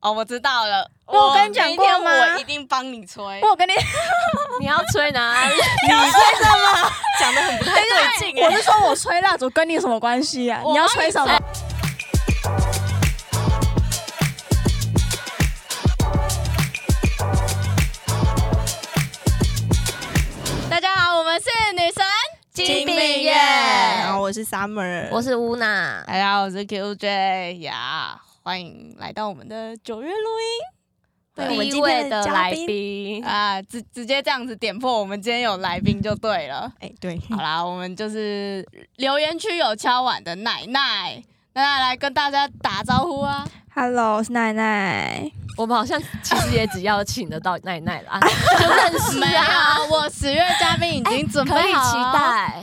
哦，我知道了。我跟你讲过吗明天我一定帮你吹。哎我跟你 你要吹哪里？你吹什么？讲的很不太对哎劲我是说我吹蜡烛跟你有什么关系啊？我你要吹什么？大家好，我们是女神 金碧碧耶耶然后我是 Summer，我是乌娜。大家好，哎我是 QJ 呀，欢迎来到我们的九月录音对第我们一今位天的的嘉来宾，宾，啊！直直接这样子点破，我们今天有来宾就对了。哎、对，嗯好啦，我们就是留言区有敲碗的奶奶，奶奶来跟大家打招呼啊！ ，Hello，我是奶奶，我们好像其实也只邀请得到奈奈啦，就认识没啊，有，我十月嘉宾已经准备可以好期了待。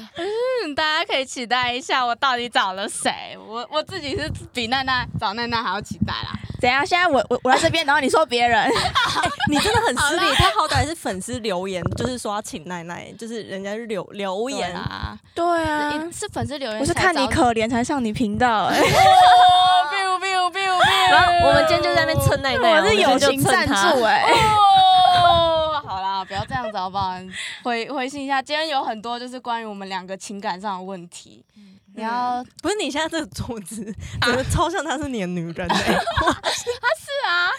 嗯， 大家可以期待一下，我到底找了谁？我我自己是比娜娜找娜娜还要期待啦。怎样？现在我我我在这边，然后你说别人， 你真的很失礼，他好歹是粉丝留言，就是说要请奶奶，就是人家留留对言，啦，对啊嗯诶是粉丝留言，我是看你。可怜才上你频道、哎哦，biu biu biu biu。然后我们今天就在那边蹭奈奈，啊我是友情赞助哎、哦，好啦，不要这样子好不好？回回信一下，今天有很多就是关于我们两个情感上的问题，嗯你要啊不是你现在这个桌子，怎么超像她是你的女 人哎、是啊，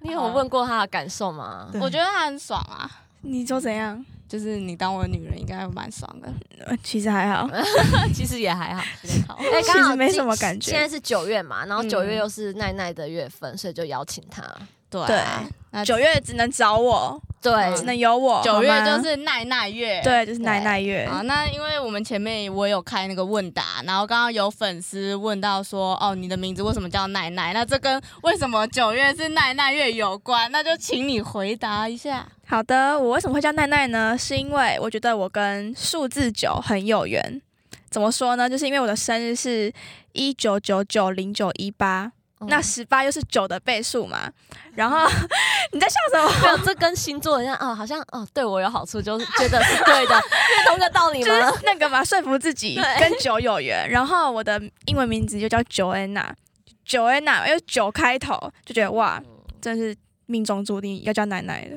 你有问过他的感受吗？对我觉得她很爽啊，你说怎样？就是你当我的女人应该蛮爽 的。呃其实还好，其实也还好。好，哎，其刚好实没今什么感觉现在是九月嘛，然后嗯九月又是奈奈的月份，所以就邀请他。对对啊，那九月只能找我，对，只能有我。九月好吗就是奈奈哎月，对，就是奶奶月。啊，那因为我们前面我有开那个问答，然后刚刚有粉丝问到说，哦，你的名字为什么叫奶奶？那这跟为什么九月是奶奶月有关？那就请你回答一下。好的，我为什么会叫奈奈呢？是因为我觉得我跟数字九很有缘。怎么说呢？就是因为我的生日是一九九九零九一八，嗯 那十八又是九的倍数嘛。然后你在笑什么？没有，哦这跟星座一样哦，好像哦，对我有好处，就是觉得是对的， 是同个道理就是吗？那个嘛，说服自己 对跟九有缘。然后我的英文名字就叫 Joanna，Joanna 因为九开头，就觉得哇，嗯真是命中注定要叫奶奶的。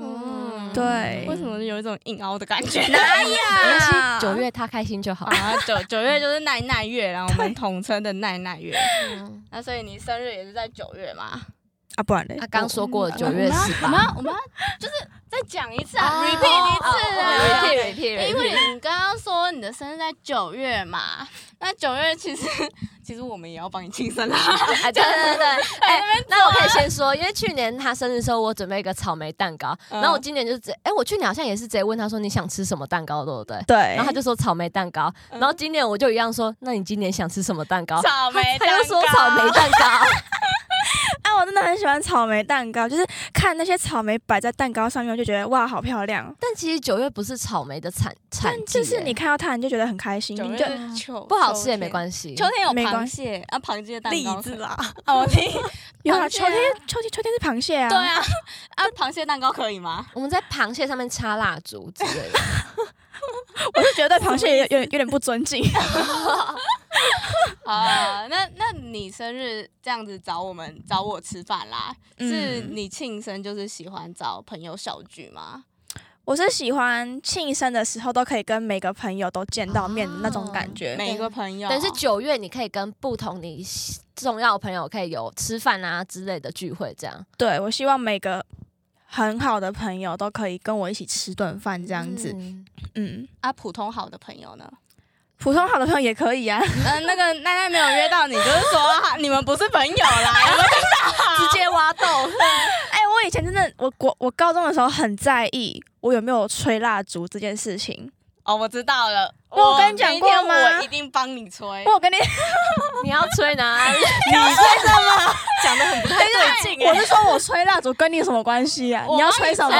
嗯对为什么有一种硬凹的感觉？哎哪没关系呀九月他开心就好。啊，九九月就是奈奈月，然后我们统称的奈奈月。嗯那所以你生日也是在九月嘛？啊，不然嘞他？刚说过九月我们十要我们八要我们要就是再讲一次啊哦，repeat 一次啊。哦，repeat repeat， 因为你刚刚说你的生日在九月嘛，那九月其实 其实我们也要帮你庆生啦。啊哎，对对 对对，哎，那我可以先说，因为去年他生日的时候，我准备一个草莓蛋糕，嗯然后我今年就直接，哎，我去年好像也是直接问他说你想吃什么蛋糕，对不对？对，然后他就说草莓蛋糕，然后今年我就一样说，那你今年想吃什么蛋糕？嗯草莓蛋他糕，又说草莓蛋糕， 啊，我真的很喜欢草莓蛋糕，就是看那些草莓摆在蛋糕上面，我就觉得哇，好漂亮。但其实九月不是草莓的产产但季就耶，是你看到它，你就觉得很开心，九你月就就是秋不好吃也没关系，秋天有没螃关蟹啊，螃蟹蛋栗糕子啦，哦，我听有啊，螃蟹秋啊天，秋天，秋天是螃蟹啊。对，啊啊，螃蟹蛋糕可以吗？我们在螃蟹上面插蜡烛之类的。 我就觉得对螃蟹有有有点不尊敬。 啊，那那你生日这样子找我们找我吃饭啦，是嗯你庆生就是喜欢找朋友小聚吗？我是喜欢庆生的时候都可以跟每个朋友都见到面的那种感觉。啊每一个朋友，但是九月你可以跟不同你重要的朋友可以有吃饭啊之类的聚会，这样对我希望每个很好的朋友都可以跟我一起吃顿饭这样子。嗯嗯，啊，普通好的朋友呢？普通好的朋友也可以啊。嗯、那个奈奈没有约到你，就是说哈你们不是朋友啦，你们直接挖洞。哎、我以前真的，我国我高中的时候很在意我有没有吹蜡烛这件事情。 哦，我知道了。我跟你讲明天过吗我一定帮你吹。哎我跟你，你要吹哪 里？你吹 什么？讲的很不太对劲哎、我是说我吹蜡烛跟你有什么关系啊？你要吹什么？？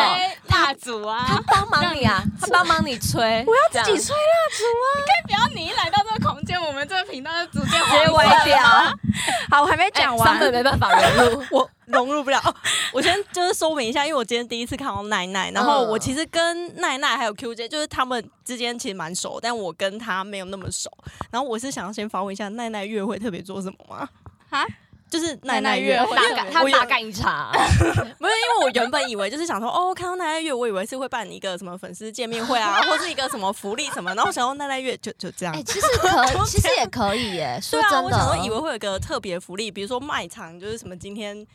蜡烛啊他！帮忙你啊，他帮忙你吹。我自己吹不要你一来到这个空间，我们这个频道就逐渐直接往歪掉。哎好，我还没讲完。三本没办法融入。我融入不了。哦我先就是说明一下，因为我今天第一次看到奈奈，然后嗯我其实跟奈奈还有 QJ，就是他们之间其实蛮熟，但我跟他没有那么熟。然后我是想要先访问一下奈奈约会特别做什么吗？啊，就是奶奶奶月奶会月大我以为干他我大有干一场，啊不是因为我原本以为就是想说，哦，看到奈奈月，我以为是会办一个什么粉丝见面 会啊，或是一个什么福利什么，然后我想说奈奈月就就这 样哎、。其实 可其实也可以耶，说对啊，真我的，想说以为会有一个特别福利，比如说卖场就是什么今天。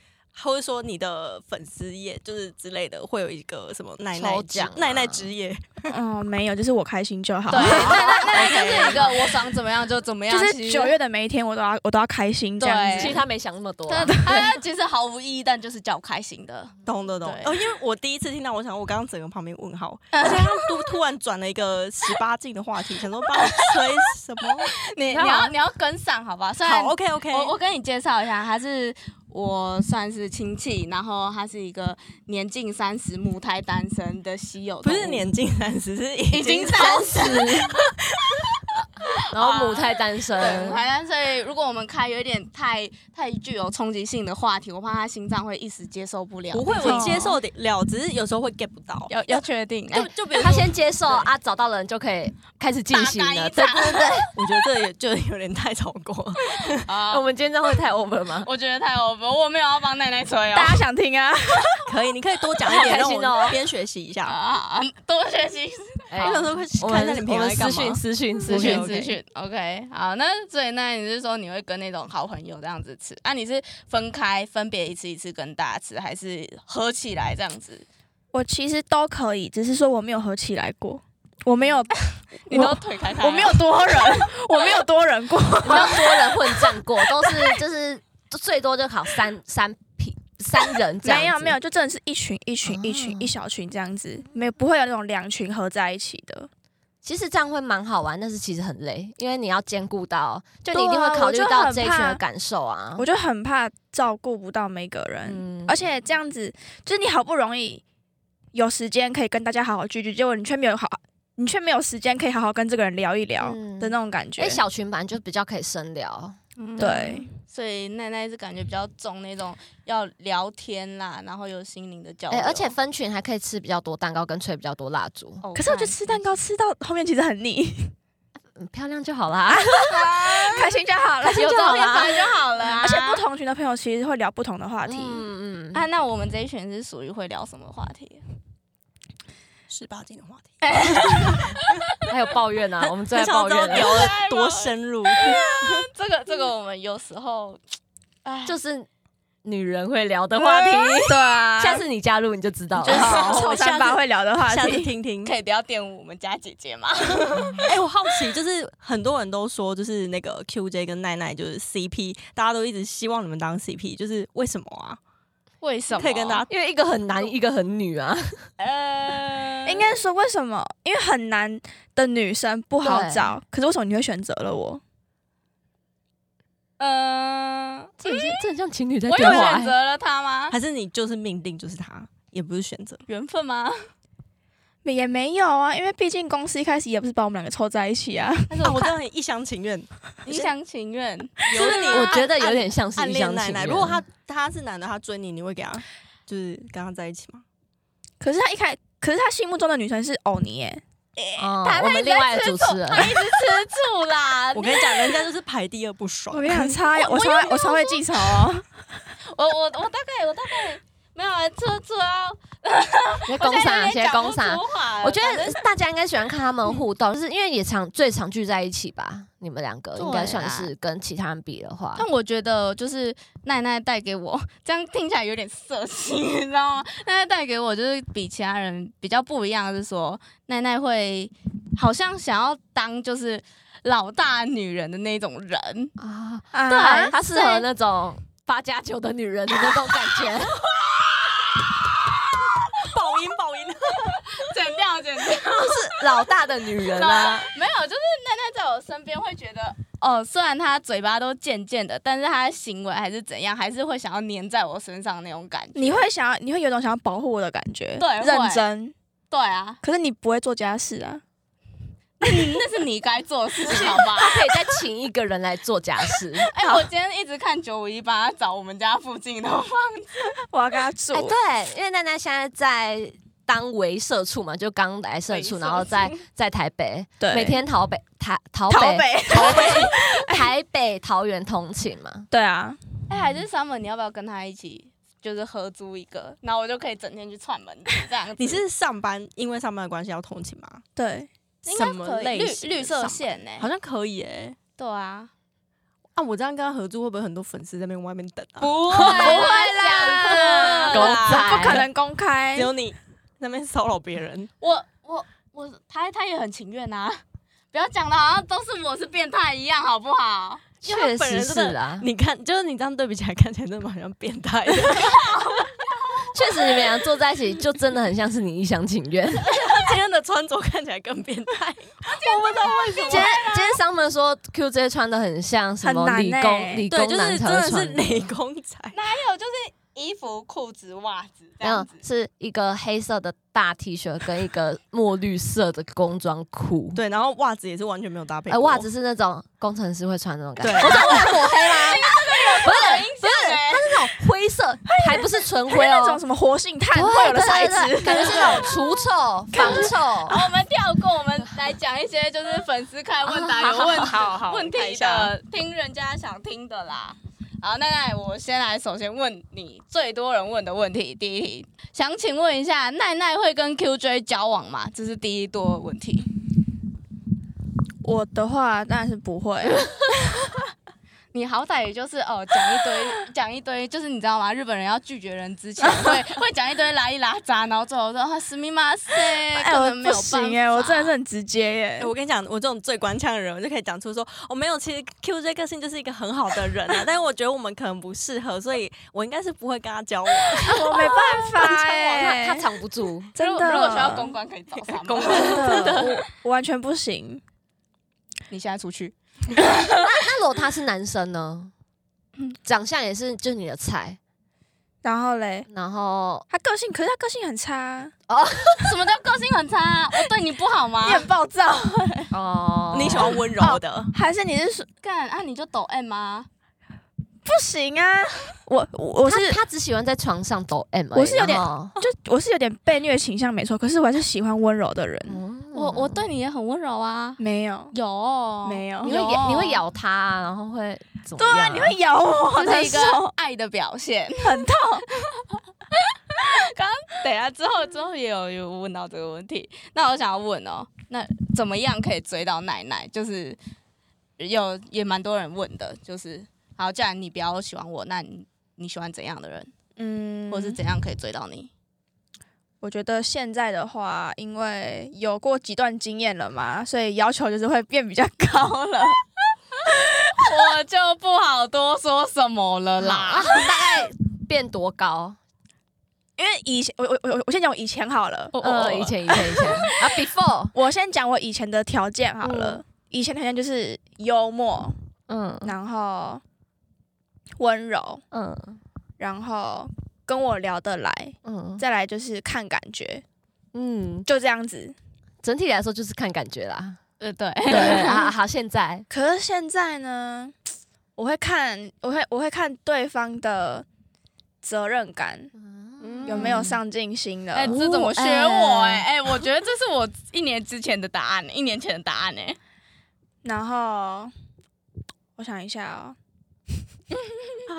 或者说你的粉丝页就是之类的，会有一个什么奶奶抽之奖啊奶奶之夜，嗯，没有，就是我开心就好。对，那那那就是一个我想怎么样就怎么样， 就其是实九，月的每一天，我都要我都要开心这样对子。其实他没想那么多、啊对对，它其实毫无意义，但就是叫我开心的。懂的懂对。哦，因为我第一次听到，我想我刚刚整个旁边 问号，而且他突突然转了一个十八禁的话题，想说帮我吹什 么？你你然后要你要跟上好吧？虽然好，OK OK，我我跟你介绍一下，他是我算是亲戚，然后他是一个年近三十、母胎单身的稀有不动物，是年近三十，是已已经经三十，然后母胎单身，对，母胎单身。所以如果我们开有一点太太具有冲击性的话题，我怕他心脏会一时接受不了。不会，我哦接受得了，只是有时候会 get 不到。要要确定，哎就就比如他说先接受啊，找到人就可以开始进行了。大对干一对 对，我觉得这也就有点太超过，啊我们今天这样会太 over 吗？我觉得太 over，我没有要帮奶奶吹哦大。家想听啊？ 可以，你可以多讲一点，开让心哦我边学习一下。啊，多学习，哎我有 时候会我看一下你们平我常们在干私嘛讯。私讯私资讯讯 OK，OK 资讯，OK，好，那所以那你是说你会跟那种好朋友这样子吃？啊，你是分开分别一次一次跟大家吃，还是合起来这样子？我其实都可以，只是说我没有合起来过，我 没啊你有，都腿开开，我没有，多人， 我没有多人过。没有多人混战过，都是就是最多就考三三匹三人 这样没子。有没有，就真的是一群一群一群、哦一小群这样子，没有不会有那种两群合在一起的。其实这样会蛮好玩，但是其实很累，因为你要兼顾到，就你一对啊定会考虑到这一我就群的很怕感受啊。我就很怕照顾不到每个人，嗯而且这样子就是你好不容易有时间可以跟大家好好聚聚，结果你却没有好，你却没有时间可以好好跟这个人聊一聊嗯的那种感觉。哎，小群版就比较可以深聊，嗯对，嗯所以奈奈是感觉比较重那种要聊天啦，然后有心灵的交流，哎，而且分群还可以吃比较多蛋糕，跟吹比较多蜡烛，哦，可是我觉得吃蛋糕吃到后面其实很腻，嗯漂亮就好 啦。嗯开心就好了。心就看好后面啦反正就好了啊， 而且不同群的朋友其实会聊不同的话题。嗯 嗯，啊，那我们这一群是属于会聊什么话题？十八禁的话题，还有抱怨啊，我们最爱很想抱知道怨了，聊了多深入。 这个这个我们有时候，哎， 就是女人会聊 的话题。对啊下次你加入你就知道就是了。臭三八会聊的话哦下次题。听听。可以不要玷污我们家姐姐吗？哎、我好奇，就是很多人都说，就是那个 QJ 跟奈奈就是 CP，大家都一直希望你们当 CP，就是为什么啊？为什么？可以跟大家因为一个很男，一个很女啊。呃，应该说为什么？因为很难的女生不好找，可是为什么你会选择了我？呃， 这很像这很像情侣在我对有话选欸。择了他 吗？还是你就是命定就是他，也不是选择。缘分吗？也没有啊，因为毕竟公司一开始也不是把我们两个凑在一起啊。 但是啊，我我看当然一厢情愿，一厢情愿，有是你哎我觉得有点像是暗一恋厢奈情奈。愿。如果他他是男的，他追你，你会给他就是跟他在一起吗？可是他一开，可是他心目中的女生是欧尼耶，哦他我们另外的主持人，他一直啊吃醋啦。 我跟你讲，人家就是排第二不爽 我。跟你讲超我超会我超会记仇 哦。我我我大概我大概没有啊吃醋啊，你在工厂，现在现在讲不工出厂。话了我觉得大家应该喜欢看他们互动，就是因为也常最常聚在一起吧。你们两个对啦应该算是跟其啊他人比的话，但我觉得就是奈奈带给我， 这样听起来有点色情， 你知道吗？奈奈带给我就是比其他人比较不一样，是说奈奈会好像想要当就是老大女人的那种 人，啊，对对，啊，她适合那种八加九的女 人的那种感觉。爆音爆音， 剪掉剪掉。就是老大的女人啊， 没有，就是奈奈在我身边会觉得，哦，虽然她嘴巴都贱贱的，但是她的行为还是怎样，还是会想要黏在我身上那种感觉。你会想要，你会有种想要保护我的感觉，对会认真。对啊，可是你不会做家事啊，嗯那是你该做的事情，好吧？她可以再请一个人来做家事。 哎、我今天一直看九五一八找我们家附近的话， 我要跟他住哎、对，因为奈奈现在在当为社畜嘛，就刚来社畜，为社畜然后在在台北，对每天逃北台 逃逃北北，逃北台北桃园通勤嘛。 对啊，哎、哎、还是 Summer，你要不要跟他一起，就是合租一个，然后我就可以整天去串门子这样子。你是上班，因为上班的关系要通勤吗？对，应该什么可以类绿型的绿色上线呢、好像可以诶、对啊，啊，我这样跟他合租，会不会很多粉丝在那边外面等啊？不会不 会啦，狗仔不可能公开只。有哎你那边骚扰别人，我我我，他他也很情愿啊，不要讲的好像都是我是变态一样，好不好？因为确他本实人是真的啦，你看，就是你这样对比起来，看起来真的蛮像变态 的。 确实你们俩坐在一起就真的很像是你一厢情 愿。今天的穿着看起来更变态，我不知道为什么今天今天商门说 QJ 穿的很像什么很难理工、欸理对，工就男是才 真会的穿是理工仔，还有就是衣服、裤子、袜子这 没有样嗯子，。是一个黑色的大 T 恤跟一个墨绿色的工装裤。对，然后袜子也是完全没有搭配哎、过，袜子是那种工程师会穿那种感觉，对我说我是抹黑啦，不是不是，对它是那种灰 色，还不是纯灰那种哦，什么活性炭不会会有的材对对对质，感觉是那种除臭、防臭。哦好，我们跳过，我们来讲一些就是粉丝看问答有问 好好问看一题下的，听人家想听的啦。好，那奈，我先来，首先问你最多人问的问题，第一题，想请问一下，奈奈会跟 QJ 交往吗？这是第一多问题。 我的话当然是不 会，你好歹也就是哦，讲一堆 讲一堆，就是你知道吗？日本人要拒绝人 之前会会讲一堆拉一拉杂，然后最后说啊，死密马塞，哎，可我能没不有办法。行哎，我真的是很直接耶 哎，我跟你讲，我这种最官腔的人，我就可以讲出说，我、没有，其实 QJ 个性就是一个很好的人啊，但是我觉得我们可能不适合，所以我应该是不会跟他交往。我没办法他他哎，藏不住，真如的，果如果需要公关，可以找他们。真 的，我我完全不行。你现在出去，那如果他是男生呢？嗯长相也是就是你的菜，然后嘞，然后他个性，可是他个性很差啊，什么叫个性很差啊？我对你不好吗 你？很暴躁，哦，你喜欢温柔的，还是你是说干啊，你就抖 M 吗？不行啊？我我我他是他只喜欢在床上抖 M，而已我是有点哦然后就我是有点被虐倾向没错，可是我还是喜欢温柔的人。嗯我我对你也很温柔啊。没有，有没有你会咬你会，咬他，然后会怎么哦对啊，样你会咬我这的是一手，个爱的表现。很痛。等一下之后之后也有有问到这个问题，那我想要问哦，那怎么样可以追到奶奶？就是有也蛮多人问的，就是好，既然你比较喜欢我，那你你喜欢怎样的人，嗯，或是怎样可以追到你？我觉得现在的话，因为有过几段经验了嘛，所以要求就是会变比较高了。我就不好多说什么了啦，啦。嗯大概变多高？因为以前，我我我我先讲我以前好了，呃，以前以前以前啊，before，我先讲我以前的条件好了。以前条件就是幽默，嗯然后温柔，嗯然后跟我聊得来，嗯再来就是看感觉，嗯，就这样子。整体来说就是看感觉啦。呃， 对，对，好好，现在可是现在呢，我会看，我会我会看对方的责任感有没有上进心了。嗯哎、这怎么学我、哎、哎、我觉得这是我一年之前的答案、一年前的答案呢、哎然后我想一下哦，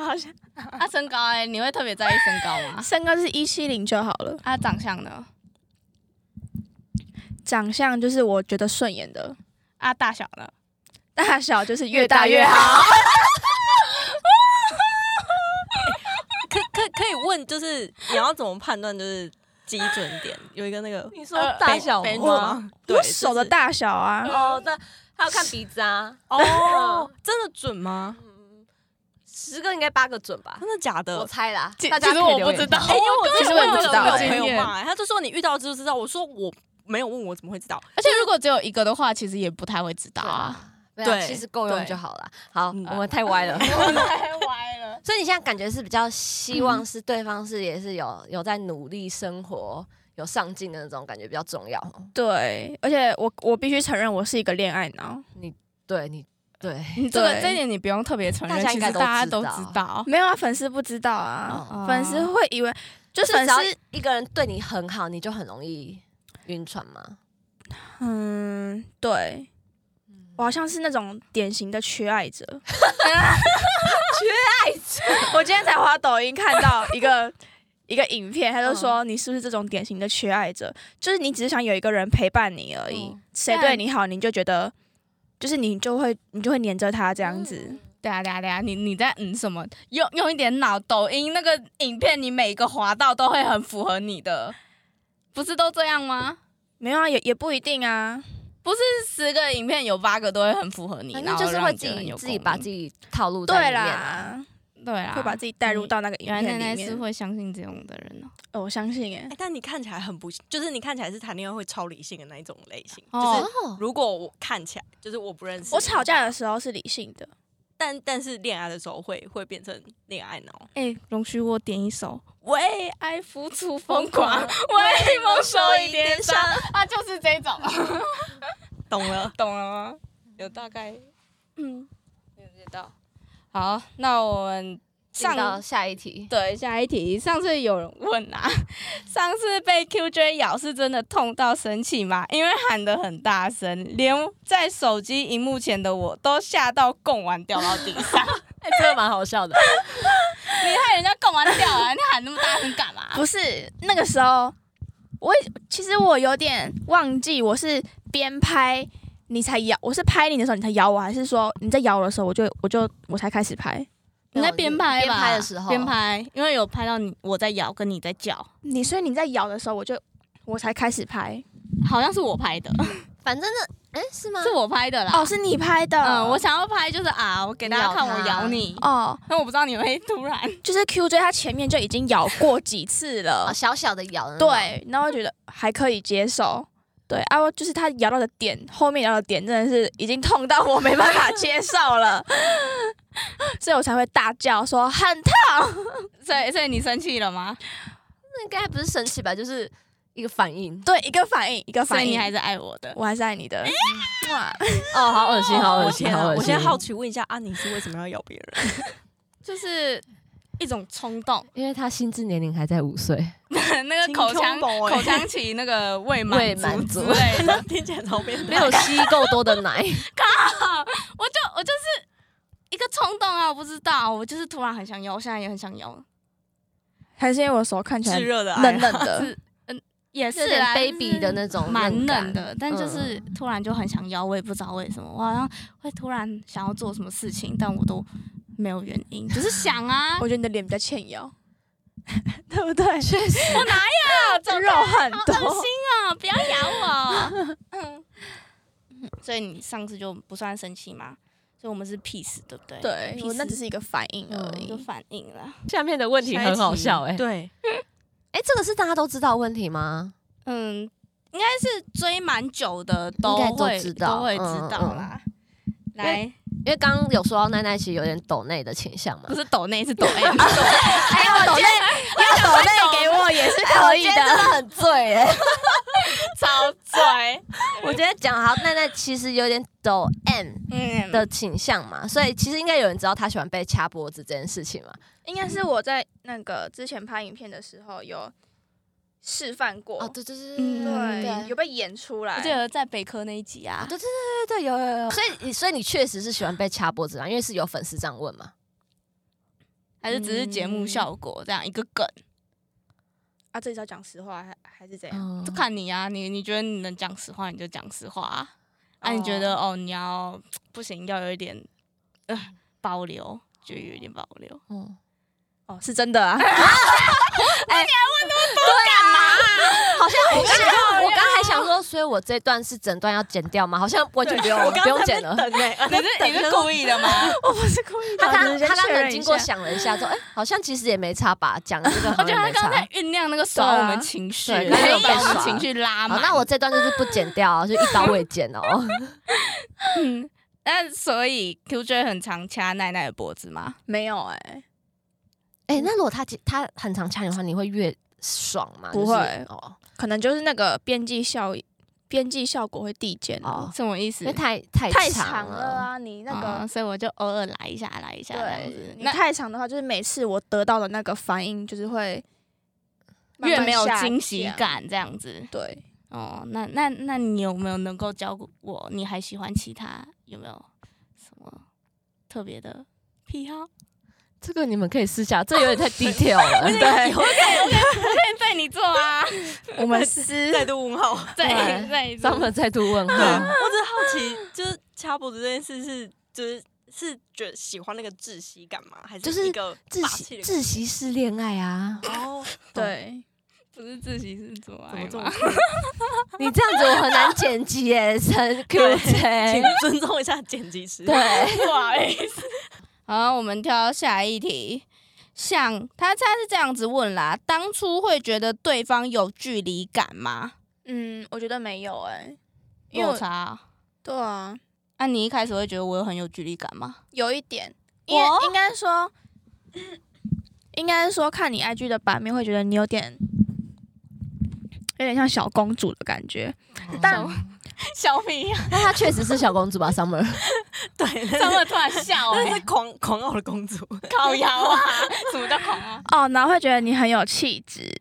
好像啊，身高哎、你会特别在意身高吗？身高是一七零就好了， 啊，长相呢？长相就是我觉得顺眼的，啊，大小呢？大小就是越大越好。 可可可以问，就是你要怎么判断就是基准点？有一个那个你说大杯小杯我吗？对我手的大小啊，哦，那还要看鼻子啊，就是哦，真的准吗？十个应该八个准吧？真的假我的？猜啦，其大家其实可以我留不言知道一下哎，因为我其实我也不知道我有朋哎友骂，哎他就说你遇到就知道。我说我没有问，我怎么会知道？而且如果只有一个的话，其实也不太会知道啊。没有，对其实够用对就好了。好，嗯我们太歪了。 太歪了。所以你现在感觉是比较希望是对方是也是有有在努力生活、有上进的那种感觉比较重要。嗯对，而且我我必须承认，我是一个恋爱脑。对你对啊你这个对这一点你不用特别承认，大家其应该实都大家都知道知 道。没有啊，粉丝不知道啊，哦粉丝会以为就就是是粉只要丝，一个人对你很好，你就很容易晕船嘛。嗯，对，我好像是那种典型的缺爱者。爱情 我今天才滑抖音看到一个一个影片，他就说你是不是这种典型的缺爱者？就是你只是想有一个人陪伴你而已嗯，谁对你好，你就觉得就是你就会你就会黏着他这样子。对啊对啊对啊，你你在嗯什么？用用一点脑，抖音那个影片，你每个滑到都会很符合你的，不是都这样吗？没有啊，也也不一定啊。不是十个影片有八个都会很符合你，反然后正就是让会你自觉得很己有自己共把鸣自己套路在对里面啊。啦，对啊，会把自己带入到那个影原来奶片奶里是面。会相信这种的人哦、哦，我相信哎哎、，但你看起来很不，就是你看起来是谈恋爱会超理性的那一种类型。哦就是哦，如果我看起来就是我不认识，我吵，架的时候是理性的，但但是恋爱的时候会会变成恋爱脑。哎、容许我点一首《为爱付出疯狂狂》，为梦受一点伤， 啊，就是这种，懂了，懂了吗？ 有大概嗯，有知道。好，那我们进到上下一 题，对下一题。上次有人问啊，上次被 QJ 咬是真的痛到生气吗？因为喊得很大声，连在手机荧幕前的我都吓到贡丸掉到地 上。哎，这个蛮好笑的。你害人家贡丸掉啊！你喊那么大声干嘛？不是那个时候，我也其实我有点忘记我是边拍你才咬，我是拍你的时候你才咬我，还是说你在咬我的时候我就我就我才开始拍？ 你在边拍吧边拍的时候边拍，因为有拍到你我在咬跟你在叫，你所以你在咬的时候我就我才开始拍好像是我拍的， 反正那，哎，是吗？是我拍的啦。哦，是你拍的，嗯，我想要拍就是啊，我给大家看我你咬它咬你，哦，但我不知道你会突然就是 QJ 他前面就已经咬过几次啊了，小小的咬的那种，嗯对，然后我觉得还可以接受。对啊，我就是他咬到的点，后面咬的点真的是已经痛到我没 办法接受了，所以我才会大叫说很痛。所以所以你生气了吗？那应该不是生气吧，就是一个反应。对，一个反应，一个所反以应，你还是爱我的。我还是爱你的。哇，哦，好恶心，好我恶心，天好啊！恶心！我现在好奇问一下，啊，你是为什么要咬别人？就是一种冲动，因为他心智年龄还在五岁， 那个口腔挺恐怖 欸口腔期那个未 满未满足之足类的，哎 听起来超变态没有吸够多 的奶，我就我就是一个冲动啊，我不知道，我就是突然很想咬，我现在也很想咬，还是因为我手看起来炙热的爱嫩嫩啊的，是，也是有点啊 baby 的那种，嗯蛮嫩。的，但就是突然就很想要，我也不知道为什么，我好像会突然想要做什么事情，但我都没有原因，只是想啊 我觉得你的脸比较欠 咬，对不对？确实，我哪有这走 肉很好恶多心。啊！不要咬 我。嗯所以你上次就不算生气吗？所以我们是 peace，对不对？对， peace 我那只是一个反应而一个已。反应啦。下面的问题很好笑，哎，对，哎，这个是大家都知道的问题吗？嗯，应该是追蛮久的都应该都会知道会嗯知道啦。来，因为刚刚有说到奈奈其实有点抖内的倾向嘛不，是抖内是 抖 M，还有抖内要抖内给我也是可以的。很醉哎。超拽。 我觉得讲好奈奈其实有点抖 M 嗯，的倾向嘛，所以其实应该有人知道她喜欢被掐脖子这件事情嘛。应该是我在那个之前拍影片的时候有示范过，哦，对对对嗯对对，对有被演出来我。记得在北科那一集啊，对对对对，有有有。所以你所以你确实是喜欢被掐脖子嘛，啊因为是有粉丝这样问嘛。还是只是节目效果这样一个梗，啊，这里是要讲实话还还是怎样？嗯就，看你啊，你你觉得你能讲实话你就讲实话啊。啊，你觉得哦哦，你要不行，要有一点呃保留，就有一点保留。嗯哦是真的啊？ 好像我刚才我刚还想说，所以我这段是整段要剪掉吗？好像完全不用我刚不用才剪在了。等欸你是你是故意的吗？我不是故意的。他刚他刚确认才一经下过想了一下，说：“哎，好像其实也没差吧，讲这个 我好觉得像他没刚才差。酝酿那个耍对啊我们情绪，对他他有有把被我们耍情绪拉”好，满。那我这段就是不剪掉哦，就一刀未剪哦。嗯，那所以 QJ 很常掐奈奈的脖子吗？没有哎、 哎，那如果他他很常掐你的话，你会越爽吗？不就是会哦，可能就是那个边际效边际效果会递减哦哦，什么意思？因为太太太长长了。啊！你那个、啊所以我就偶尔来一下，来一下这样对子，。你那太长的话，就是每次我得到的那个反应就是会慢慢越没有下惊喜降。感这样子。对，哦，那那那你有没有能够教我？你还喜欢其他有没有什么特别的癖好？ 这个你们可以私下，这有点太 detail 了。对，对你做啊， 我们私再度问号。对对对，咱们再度问对，号。我只是好奇，就是掐脖子这件事是就是是觉得喜欢那个窒息感吗？还就是一个窒霸息气的窒息式恋爱啊！感觉？哦，对，不是自习是嗯做怎爱么 这吗么？？ 你这样子我很难剪辑耶， 陈 Q 对 J 请。 尊重一下剪辑师。对，不好意思。好，我们跳到下一题。像他他是这样子问啦，当初会觉得对方有距离感吗？嗯，我觉得没有哎、因为有我差啊、对啊，那、你一开始会觉得我有很有距离感吗？有一点，因为应该说，应该说看你 IG 的版面会觉得你有点。有点像小公主的感觉，但 小米，那她确实是小公主吧，Summer？对，他们突然笑哎、那是狂狂傲的公主。 靠腰啊，什么叫狂啊？哦，然后会觉得你很有气质。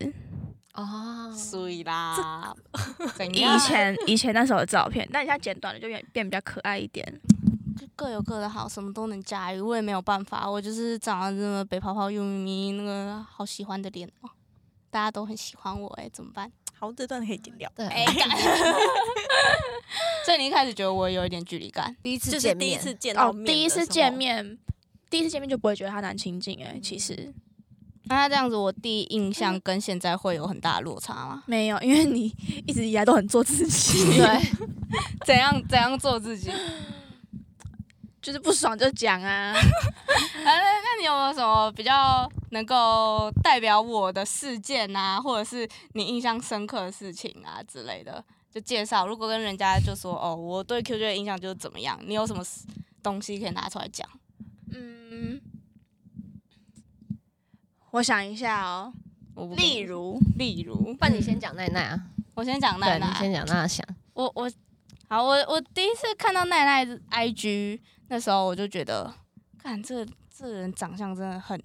哦，水啦， 怎以前以前那时候的照片，但你现在剪短了，就变变比较可爱一点。就各有各的好，什么都能驾驭，我也没有办法，我就是长得这么北泡泡、又咪咪，那个好喜欢的脸哦，大家都很喜欢我哎、怎么办？ 好，这段可以剪掉。哎、对，哦感。所以你一开始觉得我有一点距离感，第一次就是见第一面，次见到哦，面的时候，第一次见面，第一次见面就不会觉得他难亲近哎、其实那他这样子，我第一印象跟现在会有很大的落差吗？没有，因为你一直以来都很做自己， 对， 怎样怎样做自 己？就是不爽就讲啊。啊，那那你有没有什么比较能够代表我的事件啊，或者是你印象深刻的事情啊之类的？就介绍，如果跟人家就说哦，我对 QJ 的印象就是怎么样，你有什么东西可以拿出来讲？嗯，我想一下哦，我不例，如，例如，不然你先讲奈奈啊，我先讲啊对奶你奶，先讲娜娜想，我我好，我我第一次看到奈奈的 IG 那时候，我就觉得，看这这人长相真的很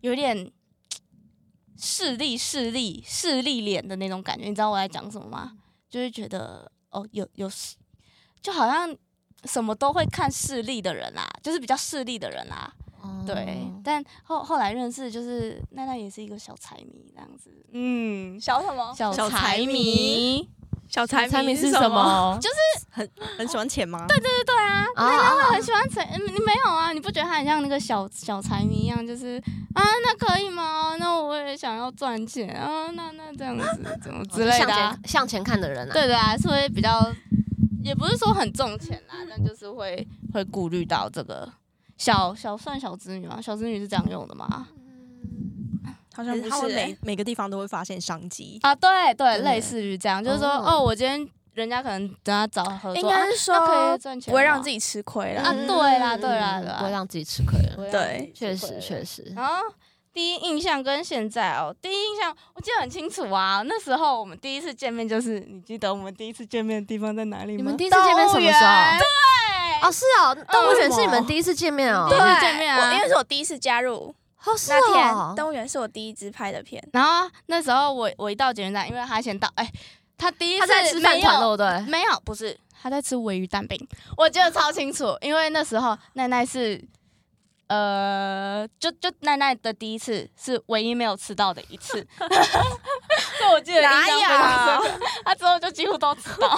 有点势利势利势利脸的那种感觉，你知道我在讲什么吗？就是觉得哦，有有势就好像什么都会看势利的人啦，就是比较势利的人啦。对，但后后来认识，就是奈奈也是一个小财迷这样子，嗯，小什么？小小财财迷迷，小财产迷品是什什？么？很喜欢钱吗？对对，对啊，我啊啊，很喜欢陈，嗯你没有啊？你不觉得他很像那个小小财迷一样，就是啊，那可以吗？那我也想要赚钱啊，那那这样子哦怎么之类向的、啊？前向前看的人啊，对的啊，是会比较，也不是说很重钱啦，但就是会会顾虑到这个小小算小子女嘛，小子女是这样用的吗？嗯好像不他是、们欸每。每个地方都会发现商机。啊，对对，对类似于这样，就是说哦哦，我今天人家可能等他找合应作，啊该是那可说以赚钱不会让吗自己吃亏啊啦。对啦对啦对啦嗯不会让自己吃亏了，对确实确实。然后第一印象跟现在哦，第一印象我记得很清楚啊。那时候我们第一次见面就是，你记得我们第一次见面的地方在哪里吗？你们第一次见面什么时候？对，哦，是哦，动物园是你们第一次见面哦对，对，见面啊我因为是我第一次加入好是那哦天，，动物园是我第一支拍的片，然后那时候我我一到捷运站，因为他先到，哎，他第一他次在吃饭没有团对哦不对？没有，不是，他在吃尾鱼蛋饼，我记得超清楚，因为那时候奈奈是，呃，就就奈奈的第一次是唯一没有吃到的一次，所以我记得印象非常深刻。 他之后就几乎都吃到，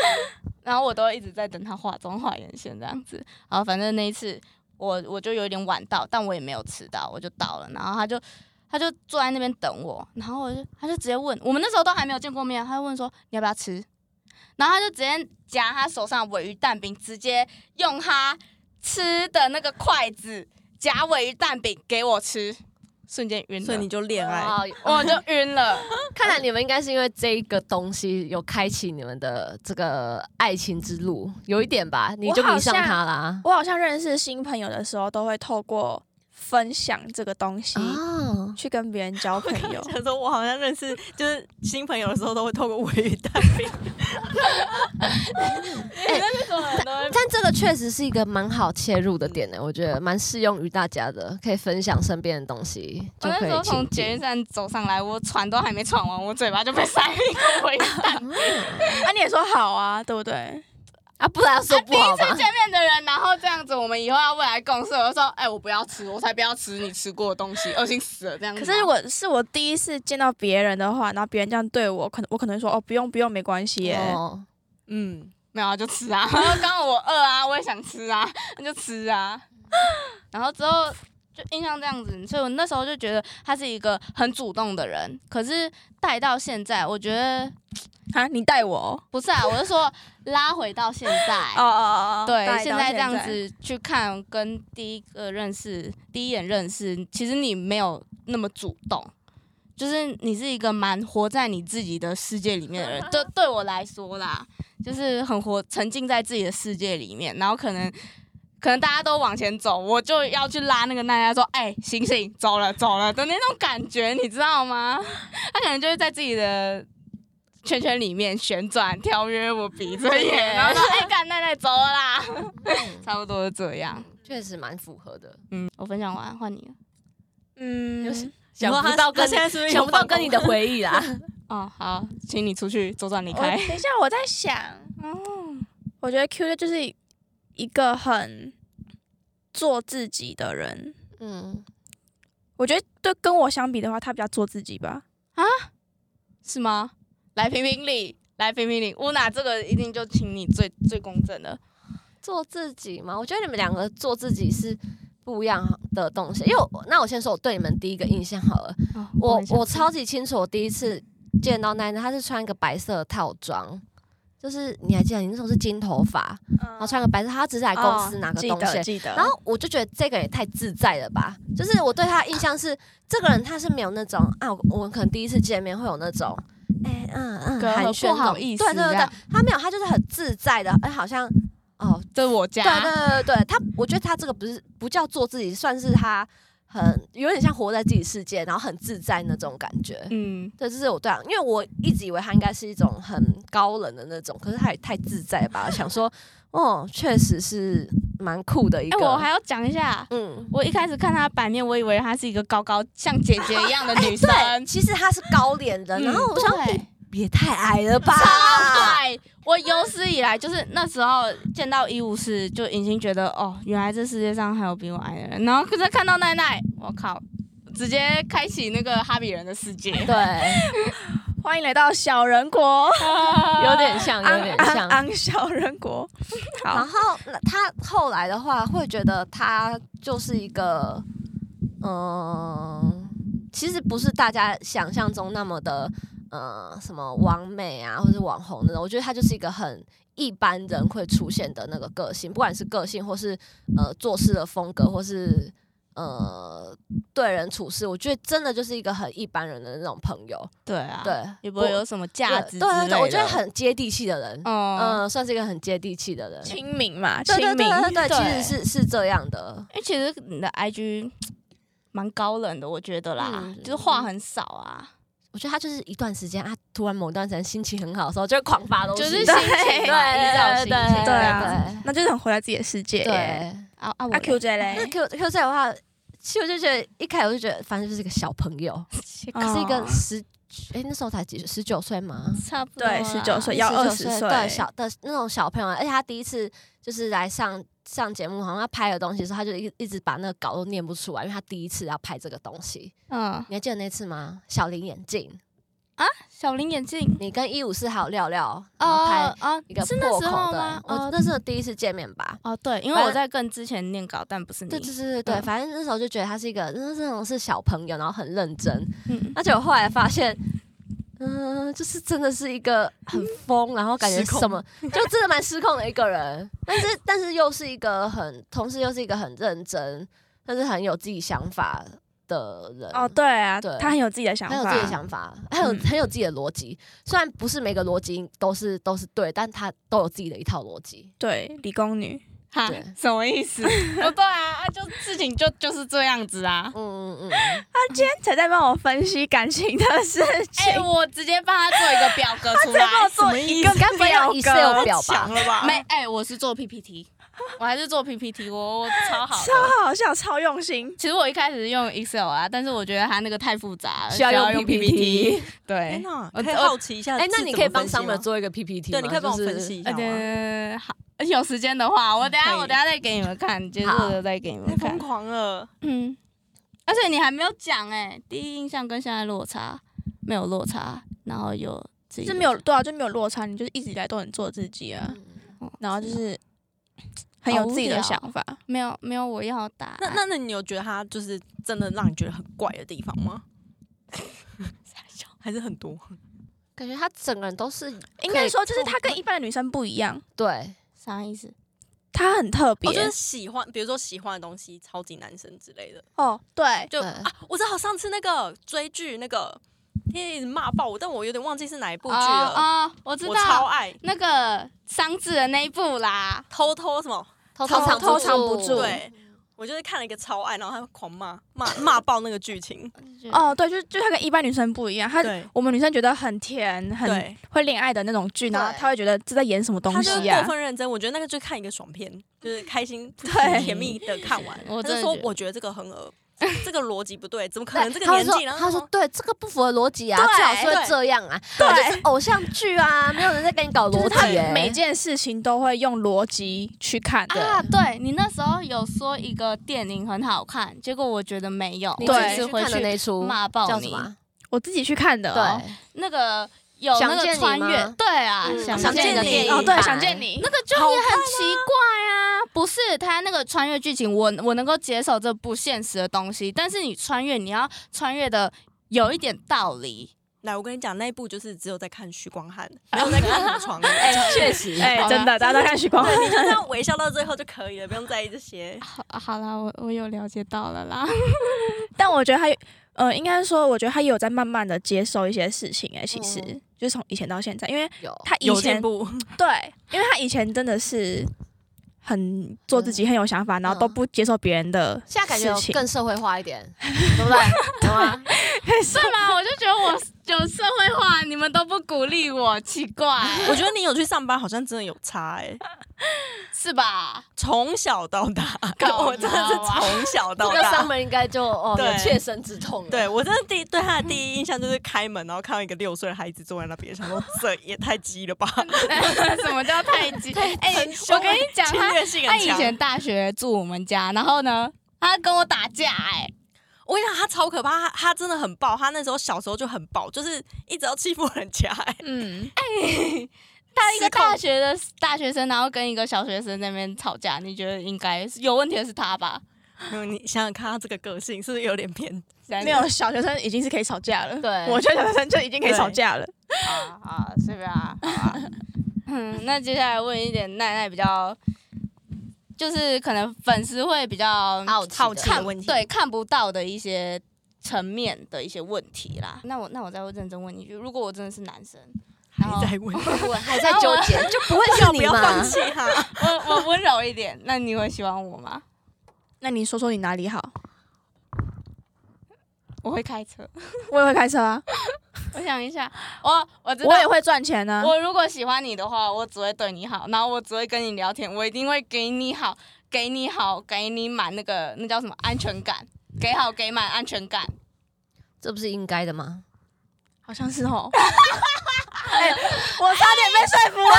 然后我都一直在等他化妆画眼线这样子。然后反正那一次我我就有点晚到，但我也没有迟到，我就到了，然后他就。他就坐在那边等我，然后我就，他就直接问，我们那时候都还没有见过面，他就问说你要不要吃，然后他就直接夹他手上的尾鱼蛋饼，直接用他吃的那个筷子夹尾鱼蛋饼给我吃，瞬间晕了，所以你就恋爱，哦，我就晕了。看来你们应该是因为这一个东西有开启你们的这个爱情之路，有一点吧，你就迷上他啦。我好像认识新朋友的时候，都会透过分享这个东西、啊哦，去跟别人交朋友。 想说，我好像认识，就是新朋友的时候都会透过尾 鱼蛋饼。但这个确实是一个蛮好切入的点欸呢，我觉得蛮适用于大家的，可以分享身边的东西，我就那可时候以从亲捷运近。站走上来，我喘都还没喘 完，我嘴巴就被塞了一口尾鱼蛋。啊，你也说好啊，对不对？啊，不然说不第好一次吧？见面的人，然后这样子，我们以后要未来共事，我就说，哎、我不要吃，我才不要吃你吃过的东西，恶心死了这样子。可是如果是我第一次见到别人的话，然后别人这样对我，可能我可能说哦不用不用没关系耶。哦，嗯，没有啊，就吃 啊。然后刚好我饿啊，我也想吃啊，那就吃啊。 然后之后就印象这样子，所以我那时候就觉得他是一个很主动的人。可是带到现在，我觉得啊，你带我哦不是啊，我是说拉回到现 在。哦哦哦，对带，到现在这样，子去看，跟第一个认识、第一眼认识，其实你没有那么主动，就是你是一个蛮活在你自己的世界里面的人。 对，对我来说啦，就是很活，沉浸在自己的世界里面，然后可能。可能大家都往前走，我就要去拉那个奈奈说：“哎、醒醒，走了走了”的那种感觉，你知道吗？他可能就是在自己的圈圈里面旋转、跳跃、我鼻 子眼，然后说：“哎、干奈奈走了啦。”差不多是这样。确实蛮符合的。嗯，我分享完换你了。嗯，想你说不他到跟他现在是不是想不到跟你的回忆 啦。哦，好，请你出去左转离我开。等一下，我在 想，哦我觉得 Q 就是一个很做自己的人。嗯，我觉得对跟我相比的话，他比较做自己吧。是吗？来评评理，来评评理。乌娜这个一定就请你最最公正的。做自己嘛，我觉得你们两个做自己是不一样的东西。因为我那我先说我对你们第一个印象好了，哦我我超级清楚，我第一次见到奈奈，她是穿一个白色的套装。就是你还记得你那时候是金头发，然后穿个白色，她只是来公司拿个记东西，得记得。然后我就觉得这个也太自在了吧！就是我对他的印象是，这个人他是没有那种啊，我我们可能第一次见面会有那种，哎、嗯嗯，隔阂寒暄那不好种意思对对这对对样，他没有，他就是很自在的，哎、好像哦，这是我对家。对对对，他我觉得他这个不是不叫做自己，算是他很有点像活在自己世界，然后很自在那种感觉。嗯，对，这是我对啊，因为我一直以为他应该是一种很高冷的那种，可是他也太自在吧？想说，哦，确实是蛮酷的一哎、个。我还要讲一下。嗯，我一开始看她的版面，我以为她是一个高高像姐姐一样的女生，对，其实他是高脸人，哎嗯然后我想对也太矮了 吧，对，我有史以来就是那时候见到一五四，就已经觉得哦，原来这世界上还有比我矮的人。然后可是看到奈奈，我靠，直接开启那个哈比人的世界，对，欢迎来到小人国，有点像，有啊点昂昂像。昂小人国。然好，后那他后来的话，会觉得他就是一个，嗯，其实不是大家想象中那么的，呃，什么网美啊，或者网红那种。我觉得他就是一个很一般人会出现的那个个性，不管是个性，或是呃做事的风格，或是呃对人处事，我觉得真的就是一个很一般人的那种朋友。对啊， 对，也不会有什么价值之对对对啊类对，我觉得的，很接地气的人，嗯、嗯，算是一个很接地气的人。清明嘛，清对对明对对对，对其实是是这样的。因为其实你的 IG 蛮高冷的，我觉得啦，嗯就是话很少啊，我觉得他就是一段时间啊，突然某段时间心情很好的时候，就会狂发东西， 就是心对情嗯对嘛，依照对心对情对啊对那就是很活在自己的世界。耶。对。啊啊，我阿 Q 姐那嘞， Q Q 在的话，其实我就觉得一开始我就觉得，反正就是一个小朋友，哦是一个十哎那时候才几岁，十九岁吗？差不多对十九岁啦要19二十岁，对小的那种小朋友，啊而且他第一次就是来上上节目，好像他拍的东西的时候，他就一一直把那个稿都念不出来，因为他第一次要拍这个东西。嗯，你还记得那次吗？小林眼镜，小林眼镜。你跟一五四还有廖廖，然后拍哦哦一个，是那破时候口吗的？，哦我那是第一次见面吧。哦，对，因为反我正在更之前念稿，但不是你。对对对对对，嗯反正那时候就觉得他是一个，那那种是小朋友，然后很认真，嗯，而且我后来发现，嗯、就是真的是一个很疯，然后感觉失控什么就真的蛮失控的一个人， 但是但是又是一个很，同时又是一个很认真，但是很有自己想法的人。哦，对啊，对他很有自己的想很有法，自己的想法，很有嗯很有自己的逻辑。虽然不是每个逻辑都是都是对，但他都有自己的一套逻辑。对，理工女，哈对， 什么意 思？不对啊，啊就事情就就是这样子 啊。嗯嗯嗯，才在哎帮我分析感情的事哎、情。哎我直接帮他做一个表 格出来。什么意个思？该不会要 Excel 表吧强？了吧？没，哎、我是做 PPT，我还是做 PPT，我我超好的。 超好笑，超用心。其实我一开始是用 Excel 啊，但是我觉得它那个太复杂了，需要用 PPT。 天对，哪，我可以好奇一下哎、是怎么分析吗，那你可以帮 Summer 做一个 PPT 吗？对，你可以帮我分析一下呃吗？啊对，好，有时间的话，我等一下可以我等一下再给你们看，结束好了再给你太们看疯。狂了，嗯，而且你还没有讲哎、第一印象跟现在落差没有落差，然后有自己就的没有对啊，就没有落差，你就是一直以来都很做自己啊，嗯然后就是很有自己的想法。没有没有我要打，那那那你有觉得他就是真的让你觉得很怪的地方吗？还是很多，感觉他整个人都是应该说就是她跟一般的女生不一样，对，啥意思？她很特我、哦别哦就是喜欢，比如说喜欢的东西，超级男生之类的。哦，对，就对啊，我知道上次那个追剧那个，天一直骂爆我，但我有点忘记是哪一部剧了。哦哦，我知我超道爱那个商智的那一部啦，偷偷什么，偷偷藏偷藏不住对我就是看了一个超爱，然后他狂骂骂骂爆那个剧情。嗯哦，对，就是就她跟一般女生不一样，她对我们女生觉得很甜、很对，会恋爱的那种剧，然后对她会觉得这在演什么东他就是西过啊？分认真，我觉得那个就看一个爽片，就是开心、对甜蜜的看完。我他真的就说觉，得我觉得这个很恶， 这个逻辑不对，怎么可对，能这个他年说纪？然后他说对，这个不符合逻辑啊，对最好是会对这样啊，对啊就是偶像剧啊，没有人在跟你搞就逻是辑她欸每件事情都会用逻辑去看，啊，对你那时候有说一个电影很好看，结果我觉得没有，你我只对自己是去回看的去那一出骂爆叫什你么。啊？我自己去看的、哦。对，那个有想那个见你穿越吗，对啊，嗯想想见见你的你电影哦，对，版想见你。 那个就也很奇怪啊，不是他那个穿越剧情，我我能够接受这不现实的东西，但是你穿越，你要穿越的有一点道理。来，我跟你讲，那一部就是只有在看许光汉，没有在看很床的。确实 哎、真的，大家都看许光汉。对，你就这样微笑到最后就可以了，不用在意这些。好，好啦，我我有了解到了啦。但我觉得他，呃，应该说，我觉得他也有在慢慢的接受一些事情哎、其实、嗯就是从以前到现在，因为有他以有前进步，对，因为他以前真的是很做自己，很有想法，然后都不接受别人的现在感觉事有情。更社会化一点， 对不对？懂 吗？ 是吗？我就觉得我有社会化，你们都不鼓励我，奇 怪，我觉得你有去上班，好像真的有差哎、是吧？从小到大，搞啊我真的是从小这到个大。伤门应该就哦有对切身之痛了。对我真的第一对他的第一印象就是开门，然后看到一个六岁的孩子坐在那边，想说这也太鸡了吧， 什么叫太极？哎、很凶我跟你讲，侵他略性他很以强。前大学住我们家，然后呢，他跟我打架、哎。我跟你讲，他超可怕，他他真的很暴，他那时候小时候就很暴，就是一直要欺负人家、哎嗯，哎他一个失控大学的大学生，然后跟一个小学生在那边吵架，你觉得应该是有问题的是他吧？ 没有，你想想看，他这个个性是不是有点偏？没没有小学生已经是可以吵架了。对我觉得小学生就已经可以吵架了。啊，好是吧？好 啊嗯，那接下来问一点奈奈比较，就是可能粉丝会比较好奇的好奇看的问题对看不到的一些层面的一些问题啦。那我那我再认真问你一句，如果我真的是男生，然后还在 问，我还在纠 结，就不会是要不你要放嘛？弃他？ 我我温柔一点，那你会喜欢我吗？那你说说你哪里好？我会开车，我也会开车啊，我想一 下，我我知道我也会赚钱啊。我如果喜欢你的话，我只会对你好，然后我只会跟你聊天，我一定会给你好，给你好，给你满那个那叫什么安全感，给好给满安全感。这不是应该的吗？好像 是哦。哎、我差点被说服了、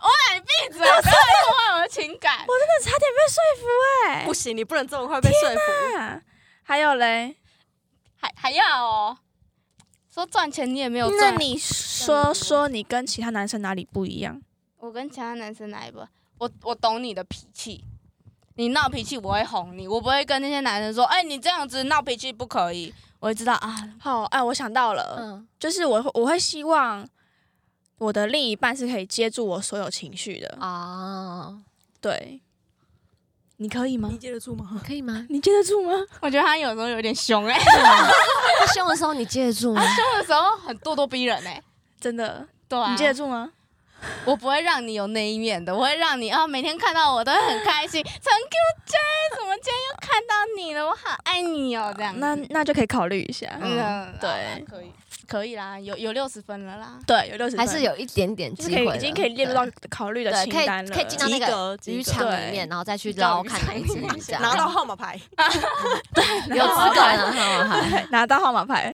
我让你闭嘴，不要破坏我的情感。我真的差点被说服哎、不行，你不能这么快被说服。啊，还有嘞，还还要哦，说赚钱你也没有那赚。你说说你跟其他男生哪里不一样？我跟其他男生来吧，我我懂你的脾气。你闹脾气，我会哄你，我不会跟那些男生说，哎、你这样子闹脾气不可以。我会知道啊，好，哎，我想到了，嗯，就是我会我会希望我的另一半是可以接住我所有情绪的。嗯啊，对，你可以吗你？接得住吗？可以 吗？你接得住吗？我觉得他有时候有点凶哎、他凶的时候你接得住吗？凶的时候很咄咄逼人哎、真的，对啊，你接得住吗？我不会让你有那一面的，我会让你啊，每天看到我都会很开 心。陈 Q J，怎么今天又看到你了？我好爱你哦，嗯这样子。那那就可以考虑一下。嗯，对好啦可以，可以啦，有有六十分了啦。对，有六十还是有一点点就是机可会以了，已经可以列入到考虑的对清可以单了。可以进到那及格个及格渔场里面，然后再去捞看哪一只鱼，这样拿到号码牌， 有资格拿号码牌。啊拿到号码牌。